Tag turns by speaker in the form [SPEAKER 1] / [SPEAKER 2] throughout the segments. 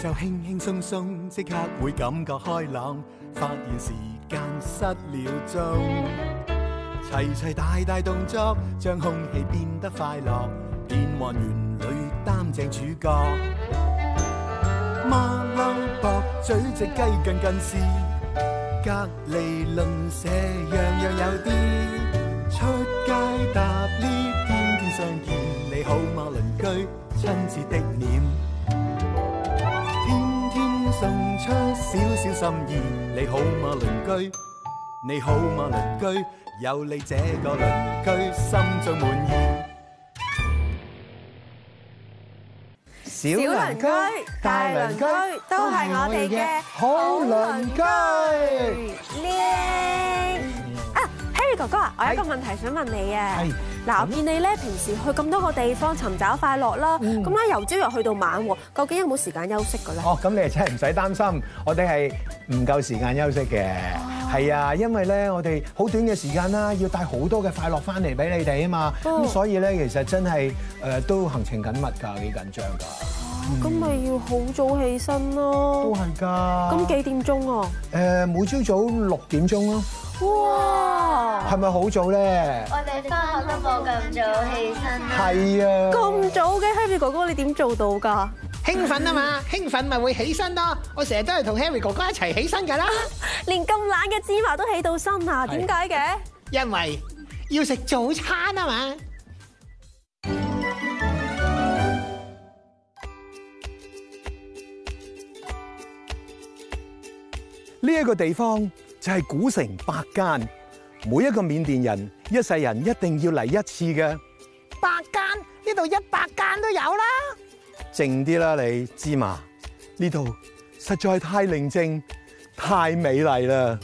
[SPEAKER 1] 就輕輕鬆鬆，即刻會感覺開朗，發現時間失了蹤。齊齊大大動作，將空氣變得快樂，變幻園裏擔正主角。馬騮駁嘴隻雞近近視，隔離鄰舍樣樣有啲。出街搭 lift，天天相見，你好嗎鄰居？親切的臉。送出少少心意，你好嗎鄰居？你好嗎鄰居？有你這個鄰居，心中滿意。
[SPEAKER 2] 小鄰居、大鄰居都係我哋嘅好鄰居。
[SPEAKER 3] 靚啊，Harry À, 哥哥啊，我有一個問題想問你啊。嗱，我見你咧平時去咁多個地方尋找快樂啦，咁咧由朝日去到晚喎，究竟有冇時間休息嘅咧？
[SPEAKER 2] 哦，咁你真係唔使擔心，我哋係唔夠時間休息嘅，係啊，因為咧我哋好短嘅時間啦，要帶好多嘅快樂翻嚟俾你哋啊嘛，
[SPEAKER 3] Ờ,
[SPEAKER 2] 咁所以咧其實真係誒都行程緊密㗎，幾緊張㗎。
[SPEAKER 3] 咁咪要好早起身咯，
[SPEAKER 2] 都係㗎。
[SPEAKER 3] 咁幾點鐘啊？
[SPEAKER 2] 誒，每朝早六點鐘咯。
[SPEAKER 3] 哇！
[SPEAKER 2] 係咪好早咧？
[SPEAKER 4] 我哋翻學都冇咁早起身啦。
[SPEAKER 2] 係啊。
[SPEAKER 3] 咁早嘅 Happy 哥哥，你點做到㗎？
[SPEAKER 5] 興奮啊嘛，興奮咪會起身咯。我成日都係同 Harry 哥哥一齊起身㗎啦，
[SPEAKER 3] 連咁懶嘅芝麻都起到身啊？點解嘅？
[SPEAKER 5] 因為要食早餐啊嘛。
[SPEAKER 2] 呢一個地方就係古城百間，每一個緬甸人一世人一定要嚟一次嘅。
[SPEAKER 5] 百間呢度一百間都有啦。
[SPEAKER 2] 靜啲啦，你芝麻呢度實在太寧靜、太美麗啦。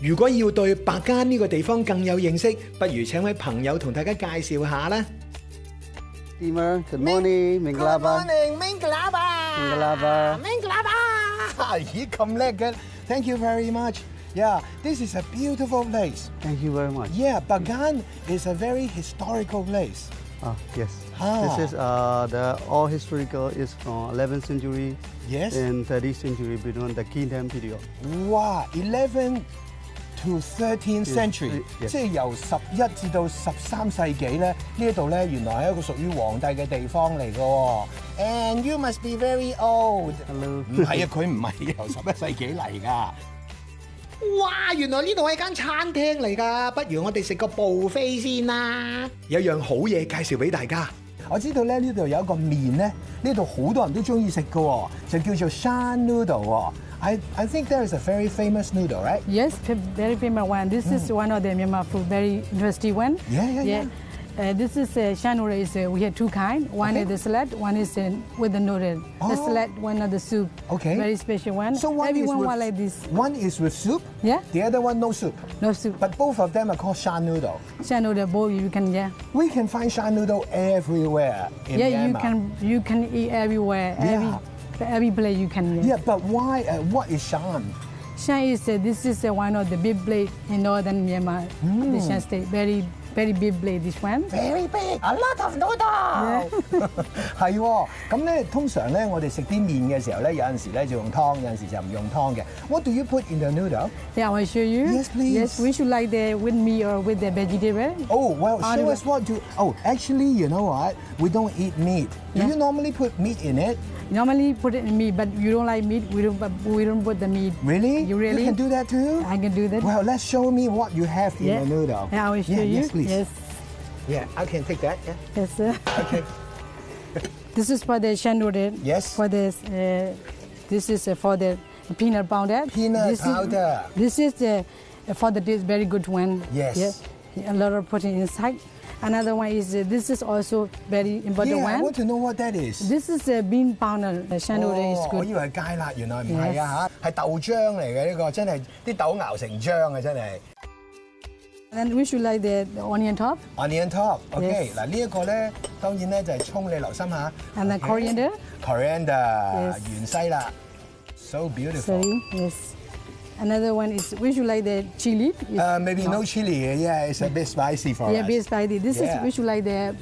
[SPEAKER 2] 如果要對白間呢個地方更有認識，不如請位朋友同大家介紹下啦。
[SPEAKER 6] Steamer, good morning, Minglaba. Minglaba.
[SPEAKER 2] 咦，咁叻嘅，Thank you very much. Yeah, this is a beautiful place.
[SPEAKER 6] Thank you very much.
[SPEAKER 2] Yeah, Bagan is a very historical place.
[SPEAKER 6] Ah, yes.
[SPEAKER 2] Ah.
[SPEAKER 6] This is uh, the all historical is from 11th century
[SPEAKER 2] Yes.
[SPEAKER 6] and 13th century between the kingdom period.
[SPEAKER 2] Wow, eleven to thirteen century，
[SPEAKER 6] yes.
[SPEAKER 2] 即係由十一至到十三世紀咧，呢度咧原來係一個屬於皇帝嘅地方嚟嘅喎。And you must be very old。
[SPEAKER 6] Hello.
[SPEAKER 2] 唔係啊，佢唔係由十一世紀嚟㗎。
[SPEAKER 5] 哇！原來呢度係間餐廳嚟㗎，不如我哋食個 buffet 先啦。
[SPEAKER 2] 有樣好嘢介紹俾大家。我知道咧，呢度有一個麵咧，呢度好多人都中意食嘅喎，就叫做 Shan Noodle 喎。I I think there is a very famous noodle, right?
[SPEAKER 7] Yes, fa- very famous one. This is one of the Myanmar food, very interesting one.
[SPEAKER 2] Mm. Yeah, yeah, yeah.
[SPEAKER 7] Uh, this is uh, shanura. Is uh, we have two kind. One is the salad. One is uh, with the noodle. The
[SPEAKER 2] Oh.
[SPEAKER 7] salad, one of the soup.
[SPEAKER 2] Okay.
[SPEAKER 7] Very special one.
[SPEAKER 2] So one
[SPEAKER 7] Everyone
[SPEAKER 2] is with,
[SPEAKER 7] want like this.
[SPEAKER 2] One is with soup.
[SPEAKER 7] Yeah.
[SPEAKER 2] The other one no soup.
[SPEAKER 7] No soup.
[SPEAKER 2] But both of them are called Shan Noodle.
[SPEAKER 7] Shanura bowl. You can yeah.
[SPEAKER 2] We can find Shan Noodle everywhere in
[SPEAKER 7] yeah, you
[SPEAKER 2] Myanmar.
[SPEAKER 7] can you can eat everywhere.
[SPEAKER 2] Yeah.
[SPEAKER 7] Every every place you can.
[SPEAKER 2] Yeah, but why? Uh, what is Shan?
[SPEAKER 7] Shan is uh, this is uh, one of the big plate in northern Myanmar.
[SPEAKER 2] Mm.
[SPEAKER 7] The Shan state very very big plate. This one.
[SPEAKER 2] Very big, a lot of noodle。係喎，咁咧通常咧，我哋食啲麵嘅時候咧，有陣時咧就用湯，有陣時就唔用湯嘅。What do you put in the noodle?
[SPEAKER 7] Yeah, I will show you.
[SPEAKER 2] Yes, please.
[SPEAKER 7] Yes, we should like the with me or with the vegetable.
[SPEAKER 2] Oh, well, show
[SPEAKER 7] Olive.
[SPEAKER 2] us what do. Oh, actually, you know what? We don't eat meat. Do you normally put meat in it?
[SPEAKER 7] Normally put it in meat, but you don't like meat. We don't. But we don't put the meat.
[SPEAKER 2] Really?
[SPEAKER 7] You really?
[SPEAKER 2] can do that too.
[SPEAKER 7] I can do that.
[SPEAKER 2] Well, let's show me what you have in
[SPEAKER 7] yeah.
[SPEAKER 2] the noodle.
[SPEAKER 7] Yeah, I will show
[SPEAKER 2] yeah,
[SPEAKER 7] you.
[SPEAKER 2] Yes, please.
[SPEAKER 7] Yes.
[SPEAKER 2] Yeah, I can take that. Yeah.
[SPEAKER 7] Yes. Sir. Okay. this is for the shandore.
[SPEAKER 2] Yes.
[SPEAKER 7] For this, uh, this is uh, for the peanut powder.
[SPEAKER 2] Peanut
[SPEAKER 7] this
[SPEAKER 2] powder.
[SPEAKER 7] Is, this is the uh, for the this very good one.
[SPEAKER 2] Yes.
[SPEAKER 7] Yeah. A lot of protein inside. Another one is uh, this is also very important
[SPEAKER 2] yeah, I
[SPEAKER 7] one.
[SPEAKER 2] want to know what that is. Oh,
[SPEAKER 7] This is a bean pounder. The shandore is
[SPEAKER 2] 哦我
[SPEAKER 7] good.
[SPEAKER 2] 以為係芥辣，原來唔係啊嚇，係豆漿嚟嘅呢個，真係啲豆熬成漿啊，真係。
[SPEAKER 7] And we should like the, the onion top
[SPEAKER 2] Onion top，OK，
[SPEAKER 7] Yes
[SPEAKER 2] 嗱呢一個咧，當然咧就係葱，你留心下。
[SPEAKER 7] and the
[SPEAKER 2] OK？
[SPEAKER 7] coriander.
[SPEAKER 2] Coriander，
[SPEAKER 7] Yes
[SPEAKER 2] 芫茜啦，so
[SPEAKER 7] Sorry,
[SPEAKER 2] oh. beautiful。
[SPEAKER 7] yes. Another one is, would you like the chili? It's-
[SPEAKER 2] Uh, maybe no chili. Yeah, it's a bit spicy for
[SPEAKER 7] Yeah,
[SPEAKER 2] us.
[SPEAKER 7] based by the. This
[SPEAKER 2] Yeah.
[SPEAKER 7] is, would you like the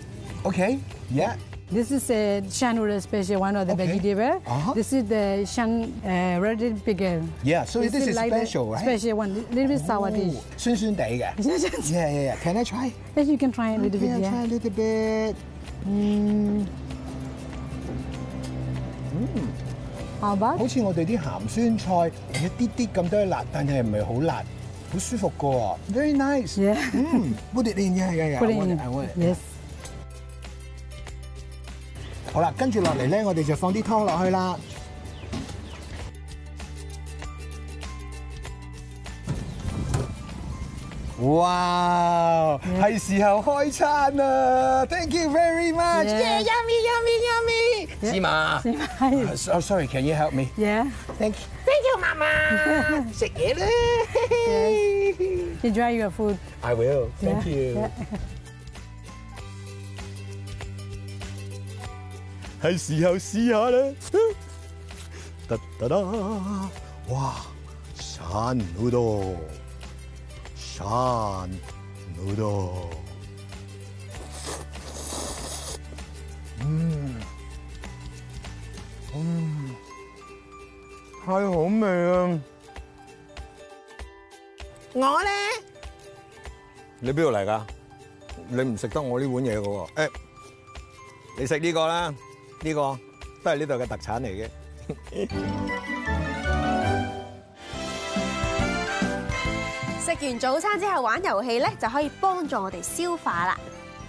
[SPEAKER 2] Okay. Yeah.
[SPEAKER 7] This is a shan noodle special, one of the
[SPEAKER 2] Okay.
[SPEAKER 7] vegetable.
[SPEAKER 2] Uh-huh.
[SPEAKER 7] This is the shan uh, roasted pigel.
[SPEAKER 2] Yeah, so this is special, right? Oh.
[SPEAKER 7] Special one, little bit sour dish.
[SPEAKER 2] 酸酸地嘅。Yeah, yeah, yeah. Can I try?
[SPEAKER 7] Yes, you can try it a little
[SPEAKER 2] Yeah,
[SPEAKER 7] bit,
[SPEAKER 2] try
[SPEAKER 7] yeah.
[SPEAKER 2] a little bit.
[SPEAKER 7] How about?
[SPEAKER 2] 好似我哋啲鹹酸菜有一啲啲咁多辣，但係唔係好辣，好舒服噶喎。Very nice.
[SPEAKER 7] Yeah.
[SPEAKER 2] 嗯，put it in. Yeah, yeah, yeah.
[SPEAKER 7] Put
[SPEAKER 2] I
[SPEAKER 7] it
[SPEAKER 2] want
[SPEAKER 7] in.
[SPEAKER 2] it. I want it.
[SPEAKER 7] Yes.
[SPEAKER 2] 好啦，跟住落嚟咧，我哋就放啲湯落去啦。哇！係時候開餐啦！Thank you very much.
[SPEAKER 7] Yeah.
[SPEAKER 2] Yeah, yummy, yummy, yummy. 芝麻
[SPEAKER 7] Yes.
[SPEAKER 2] Uh, so- sorry, can you help me?
[SPEAKER 7] Yeah.
[SPEAKER 2] Thank you.
[SPEAKER 7] Enjoy your food.
[SPEAKER 2] I will. Thank you. 係時候試下啦！得得啦！哇！山好多，山好多。嗯，嗯，太好味啊！
[SPEAKER 5] 我咧
[SPEAKER 2] 你邊度嚟㗎？你唔食得我呢碗嘢嘅喎。誒，你食呢個啦，呢個都係呢度嘅特產嚟嘅。
[SPEAKER 3] 食完早餐之後玩遊戲咧，就可以幫助我哋消化啦。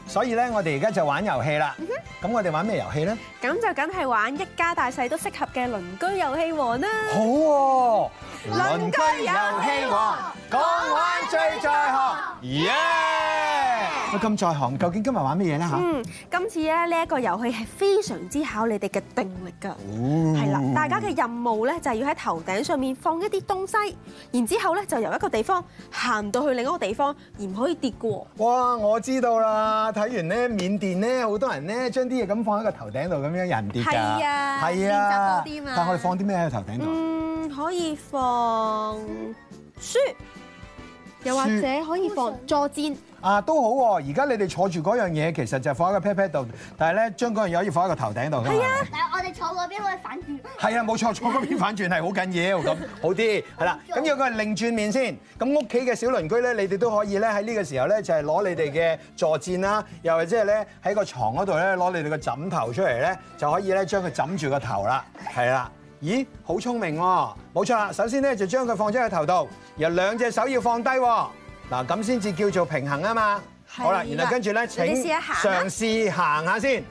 [SPEAKER 2] 所以咧，我哋而家就玩遊戲啦。
[SPEAKER 3] 嗯
[SPEAKER 2] 咁我哋玩咩遊戲咧？
[SPEAKER 3] 咁就梗係玩一家大細都適合嘅鄰居遊戲王啦。
[SPEAKER 2] 好喎，
[SPEAKER 3] 鄰居遊戲王
[SPEAKER 2] 講玩最在行，耶！我咁在行，究竟今日玩乜嘢咧嚇？
[SPEAKER 3] 嗯，今次咧呢一個遊戲係非常之考你哋嘅定力㗎，係啦，大家嘅任務咧就係要喺頭頂上面放一啲東西，然之後咧就由一個地方行到去另一個地方，而唔可以跌嘅喎。
[SPEAKER 2] 哇！我知道啦，睇完咧緬甸咧，好多人咧將啲嘢咁放喺個頭頂度咁樣，人跌㗎。
[SPEAKER 3] 係啊
[SPEAKER 2] 係啊，
[SPEAKER 3] 練習多啲嘛
[SPEAKER 2] 但係我哋放啲咩喺個頭頂度？
[SPEAKER 3] 嗯，可以放書，又或者可以放坐墊。
[SPEAKER 2] 啊，都好喎！而家你哋坐住嗰樣嘢，其實就放喺個 pat pat 度，但係咧將嗰樣嘢可以放喺個頭頂度㗎嘛。係啊，
[SPEAKER 4] 但係我哋坐嗰邊可以反轉。
[SPEAKER 2] 係啊，冇錯，坐嗰邊反轉係好緊要咁，好啲係啦。咁要佢係擰轉面先。咁屋企嘅小鄰居咧，你哋都可以咧喺呢個時候咧就係攞你哋嘅坐墊啦，又或者係咧喺個床嗰度咧攞你哋嘅枕頭出嚟咧，就可以咧將佢枕住個頭啦，係啦。咦，好聰明喎！冇錯啦，首先咧就將佢放咗喺頭度，然後兩隻手要放低喎。嗱，咁先至叫做平衡啊嘛。
[SPEAKER 3] 係
[SPEAKER 2] 好啦，
[SPEAKER 3] 啦
[SPEAKER 2] 然後跟住咧，
[SPEAKER 3] 你
[SPEAKER 2] 請
[SPEAKER 3] 哋試下行啊
[SPEAKER 2] 嘗試行下先，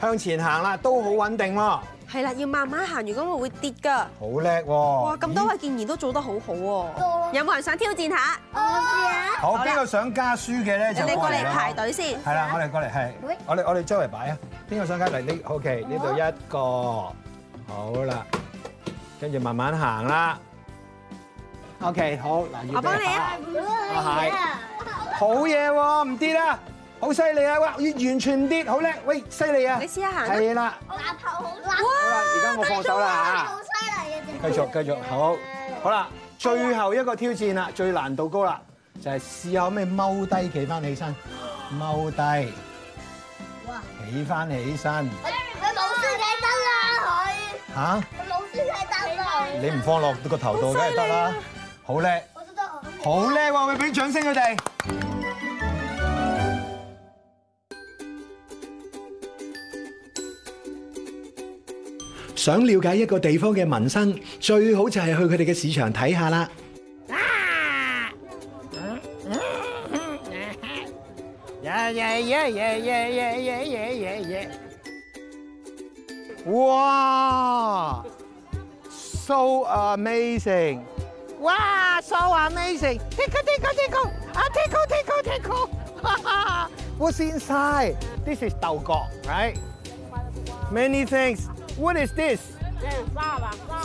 [SPEAKER 2] 向前行啦，都好穩定喎，好
[SPEAKER 3] 係啦，要慢慢行，如果我會跌㗎。
[SPEAKER 2] 叻喎！
[SPEAKER 3] 哇，咁多
[SPEAKER 2] 哦咦啊
[SPEAKER 3] 位健兒都做得好好喎，有冇人想挑戰下？
[SPEAKER 4] 我試啊！
[SPEAKER 2] 好，
[SPEAKER 3] 啦
[SPEAKER 2] 邊個想加書嘅咧就
[SPEAKER 3] 人哋過
[SPEAKER 2] 過
[SPEAKER 3] 嚟
[SPEAKER 2] 啦
[SPEAKER 3] 排。隊先。
[SPEAKER 2] 係啦，我哋過嚟係
[SPEAKER 4] 喂，
[SPEAKER 2] 我哋我哋周圍擺啊。邊個想加嚟？呢 OK 呢度一個，好啦，跟住慢慢行啦。OK，好嗱，預備
[SPEAKER 3] 我幫你啊
[SPEAKER 2] 好
[SPEAKER 4] 唔好啊！
[SPEAKER 2] 好嘢喎，唔跌啦，好犀利啊！哇，完全唔跌，好叻，喂，犀利啊！
[SPEAKER 3] 你試下行啦
[SPEAKER 2] 係啦，
[SPEAKER 4] 我牙頭好辣，
[SPEAKER 2] 好啦，而家我放手啦
[SPEAKER 4] 好犀利嘅
[SPEAKER 2] 嚇，繼續繼續，好，好啦，最後一個挑戰啦，最難度高啦，就係試下可唔可以踎低企翻起身，踎低，
[SPEAKER 4] 哇
[SPEAKER 2] 企翻起身，
[SPEAKER 4] 佢老師睇得啦，
[SPEAKER 2] 吓？
[SPEAKER 4] 佢佢老師睇得啦，
[SPEAKER 2] 你唔放落個頭度梗係得啦，好叻，
[SPEAKER 4] 啊我覺得我
[SPEAKER 2] 好叻喎！咪俾掌聲佢哋。想了解一個地方嘅民生，最好就係去佢哋嘅市場睇下啦。哇！So amazing！
[SPEAKER 5] 哇，so amazing！Tickle tickle tickle，啊 tickle tickle tickle，哈哈
[SPEAKER 2] What's inside? This is 豆角，right? Many thanks. What is this?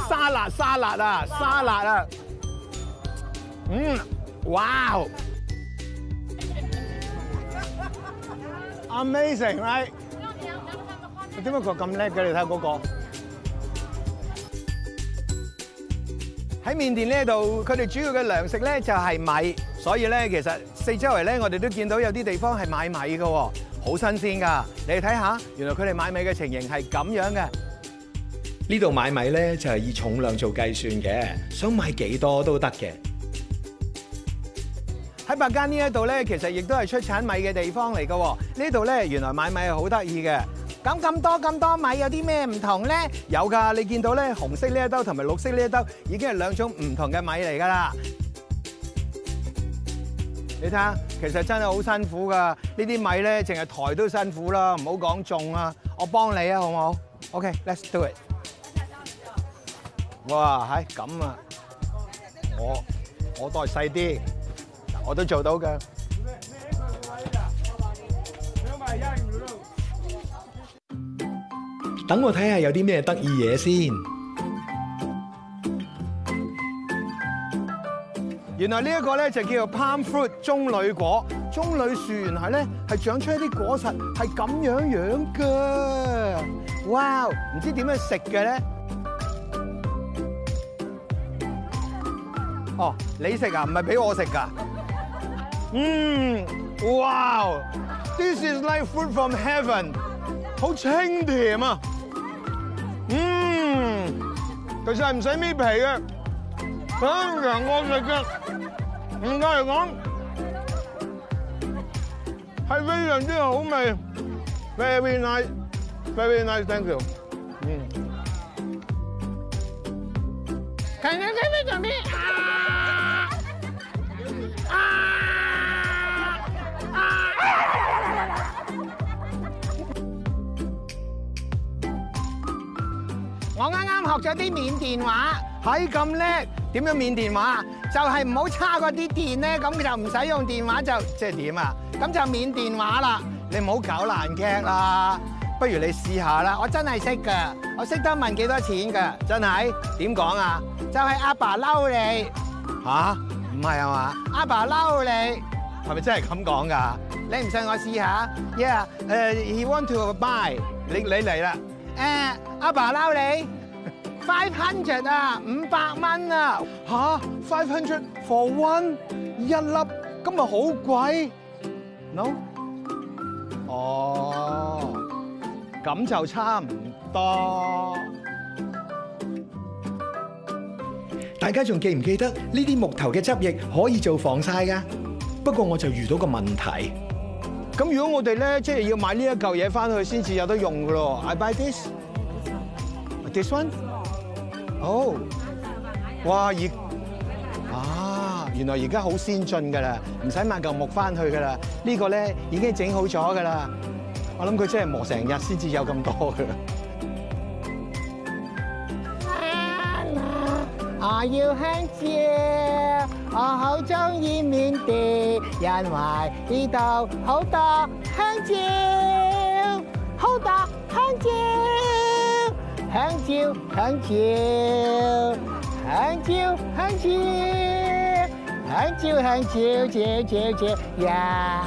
[SPEAKER 2] 沙律，沙律啊，沙律啊。嗯，哇哦！Amazing, right? 點解佢咁叻嘅？你睇嗰個。喺緬甸呢度，佢哋主要嘅糧食咧就係米，所以咧其實四周圍咧我哋都見到有啲地方係買米嘅喎，好新鮮㗎。你睇下，原來佢哋買米嘅情形係咁樣嘅。呢度買米咧就係以重量做計算嘅，想買幾多都得嘅。喺白間呢一度咧，其實亦都係出產米嘅地方嚟嘅喎。呢度咧原來買米係好得意嘅。咁咁多咁多米有啲咩唔同咧？有㗎，你見到咧紅色呢一兜同埋綠色呢一兜已經係兩種唔同嘅米嚟㗎啦。你睇下，其實真係好辛苦㗎。呢啲米咧，淨係抬都辛苦啦，唔好講種啊。我幫你啊，好唔好？OK，let's、do it。哇，係咁啊！我我袋細啲，我都做到㗎。等我睇下有啲咩得意嘢先。原來呢一個咧就叫做 palm fruit 棕櫚果，棕櫚樹原來咧係長出一啲果實係咁樣樣㗎。哇！唔知點樣食嘅咧？哦，你食啊，唔係俾我食㗎。嗯，哇！This is like fruit from heaven，好清甜啊。嗯，其實係唔使搣皮嘅。通常我食嘅，唔該嚟講，係非常之好味，very nice，very nice，thank you。嗯，
[SPEAKER 5] 近近近近近啲啊啊啊！我啱啱學咗啲緬甸話，
[SPEAKER 2] 係咁叻，點樣緬甸話？
[SPEAKER 5] 就係唔好叉嗰啲電咧，咁就唔使用電話就
[SPEAKER 2] 即係點啊？
[SPEAKER 5] 咁就緬甸話啦。
[SPEAKER 2] 你唔好搞爛劇啦，不如你試下啦。
[SPEAKER 5] 我真係識㗎，我識得問幾多錢㗎，真係點講啊？就係阿爸嬲你，
[SPEAKER 2] 吓？唔係啊嘛？
[SPEAKER 5] 阿爸嬲你。
[SPEAKER 2] 係咪真係咁講㗎？
[SPEAKER 5] 你唔信我試下？Yeah，誒、h e want to buy
[SPEAKER 2] 你你嚟啦，
[SPEAKER 5] 誒、阿爸撈你 five hundred 啊，五百蚊啊，
[SPEAKER 2] 吓 five hundred for one 一粒，咁咪好貴？No？哦，咁就差唔多。大家仲記唔記得呢啲木頭嘅汁液可以做防曬㗎？不過我就遇到個問題。咁如果我哋咧，即係要買呢一嚿嘢翻去先至有得用㗎咯。I buy this, this one. 哦，哇！而啊，原來而家好先進㗎啦，唔使買嚿木翻去㗎啦。呢個咧已經整好咗㗎啦。我諗佢真係磨成日先至有咁多㗎啦。
[SPEAKER 5] 我要香蕉，我好中意緬甸，因為呢度好多香蕉，好多香蕉，香蕉香蕉，香蕉香蕉，香蕉香蕉蕉蕉蕉呀！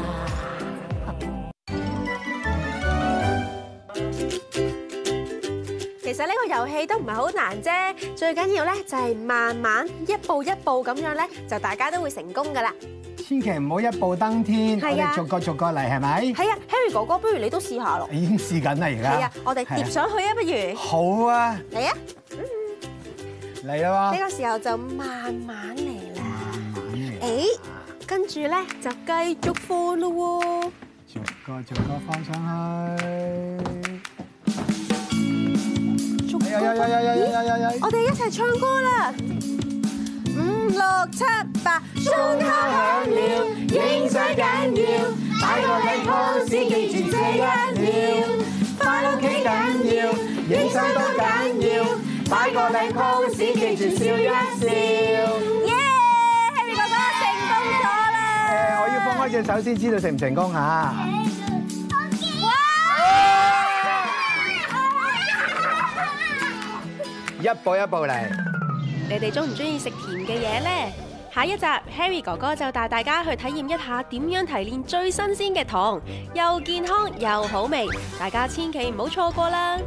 [SPEAKER 3] 其實呢個遊戲都唔係好難啫，最緊要咧就係慢慢一步一步咁樣咧，就大家都會成功噶啦。
[SPEAKER 2] 千祈唔好一步登天，
[SPEAKER 3] 係啊
[SPEAKER 2] 我哋逐個逐個嚟，係咪？
[SPEAKER 3] 係啊，Harry 哥哥，不如你都試下咯。
[SPEAKER 2] 已經試緊啦，而
[SPEAKER 3] 係
[SPEAKER 2] 家
[SPEAKER 3] 啊。，我哋疊上去啊，不如
[SPEAKER 2] 好啊，
[SPEAKER 3] 嚟啊！
[SPEAKER 2] 嚟啦
[SPEAKER 3] 呢
[SPEAKER 2] 喎！
[SPEAKER 3] 個時候就慢慢嚟啦。
[SPEAKER 2] 咦
[SPEAKER 3] 誒，跟住咧就繼續放咯喎。
[SPEAKER 2] 逐個逐個放上去。
[SPEAKER 3] 逐個
[SPEAKER 2] 哎呀呀呀呀呀呀呀呀！
[SPEAKER 3] 我哋一齊唱歌啦！五六七八，鐘敲響了，影相緊要，擺個靚 pose 記住這一秒，返屋企緊要，影相都緊要，擺個靚 pose 記住笑一笑。耶！Harry 哥哥成功咗啦！
[SPEAKER 2] 我要放開隻手先知道成唔成功嚇。一步一步嚟，
[SPEAKER 3] 你哋中唔中意食甜嘅嘢呢？下一集 Harry 哥哥就帶大家去體驗一下點樣提煉最新鮮嘅糖，又健康又好味，大家千祈唔好錯過啦！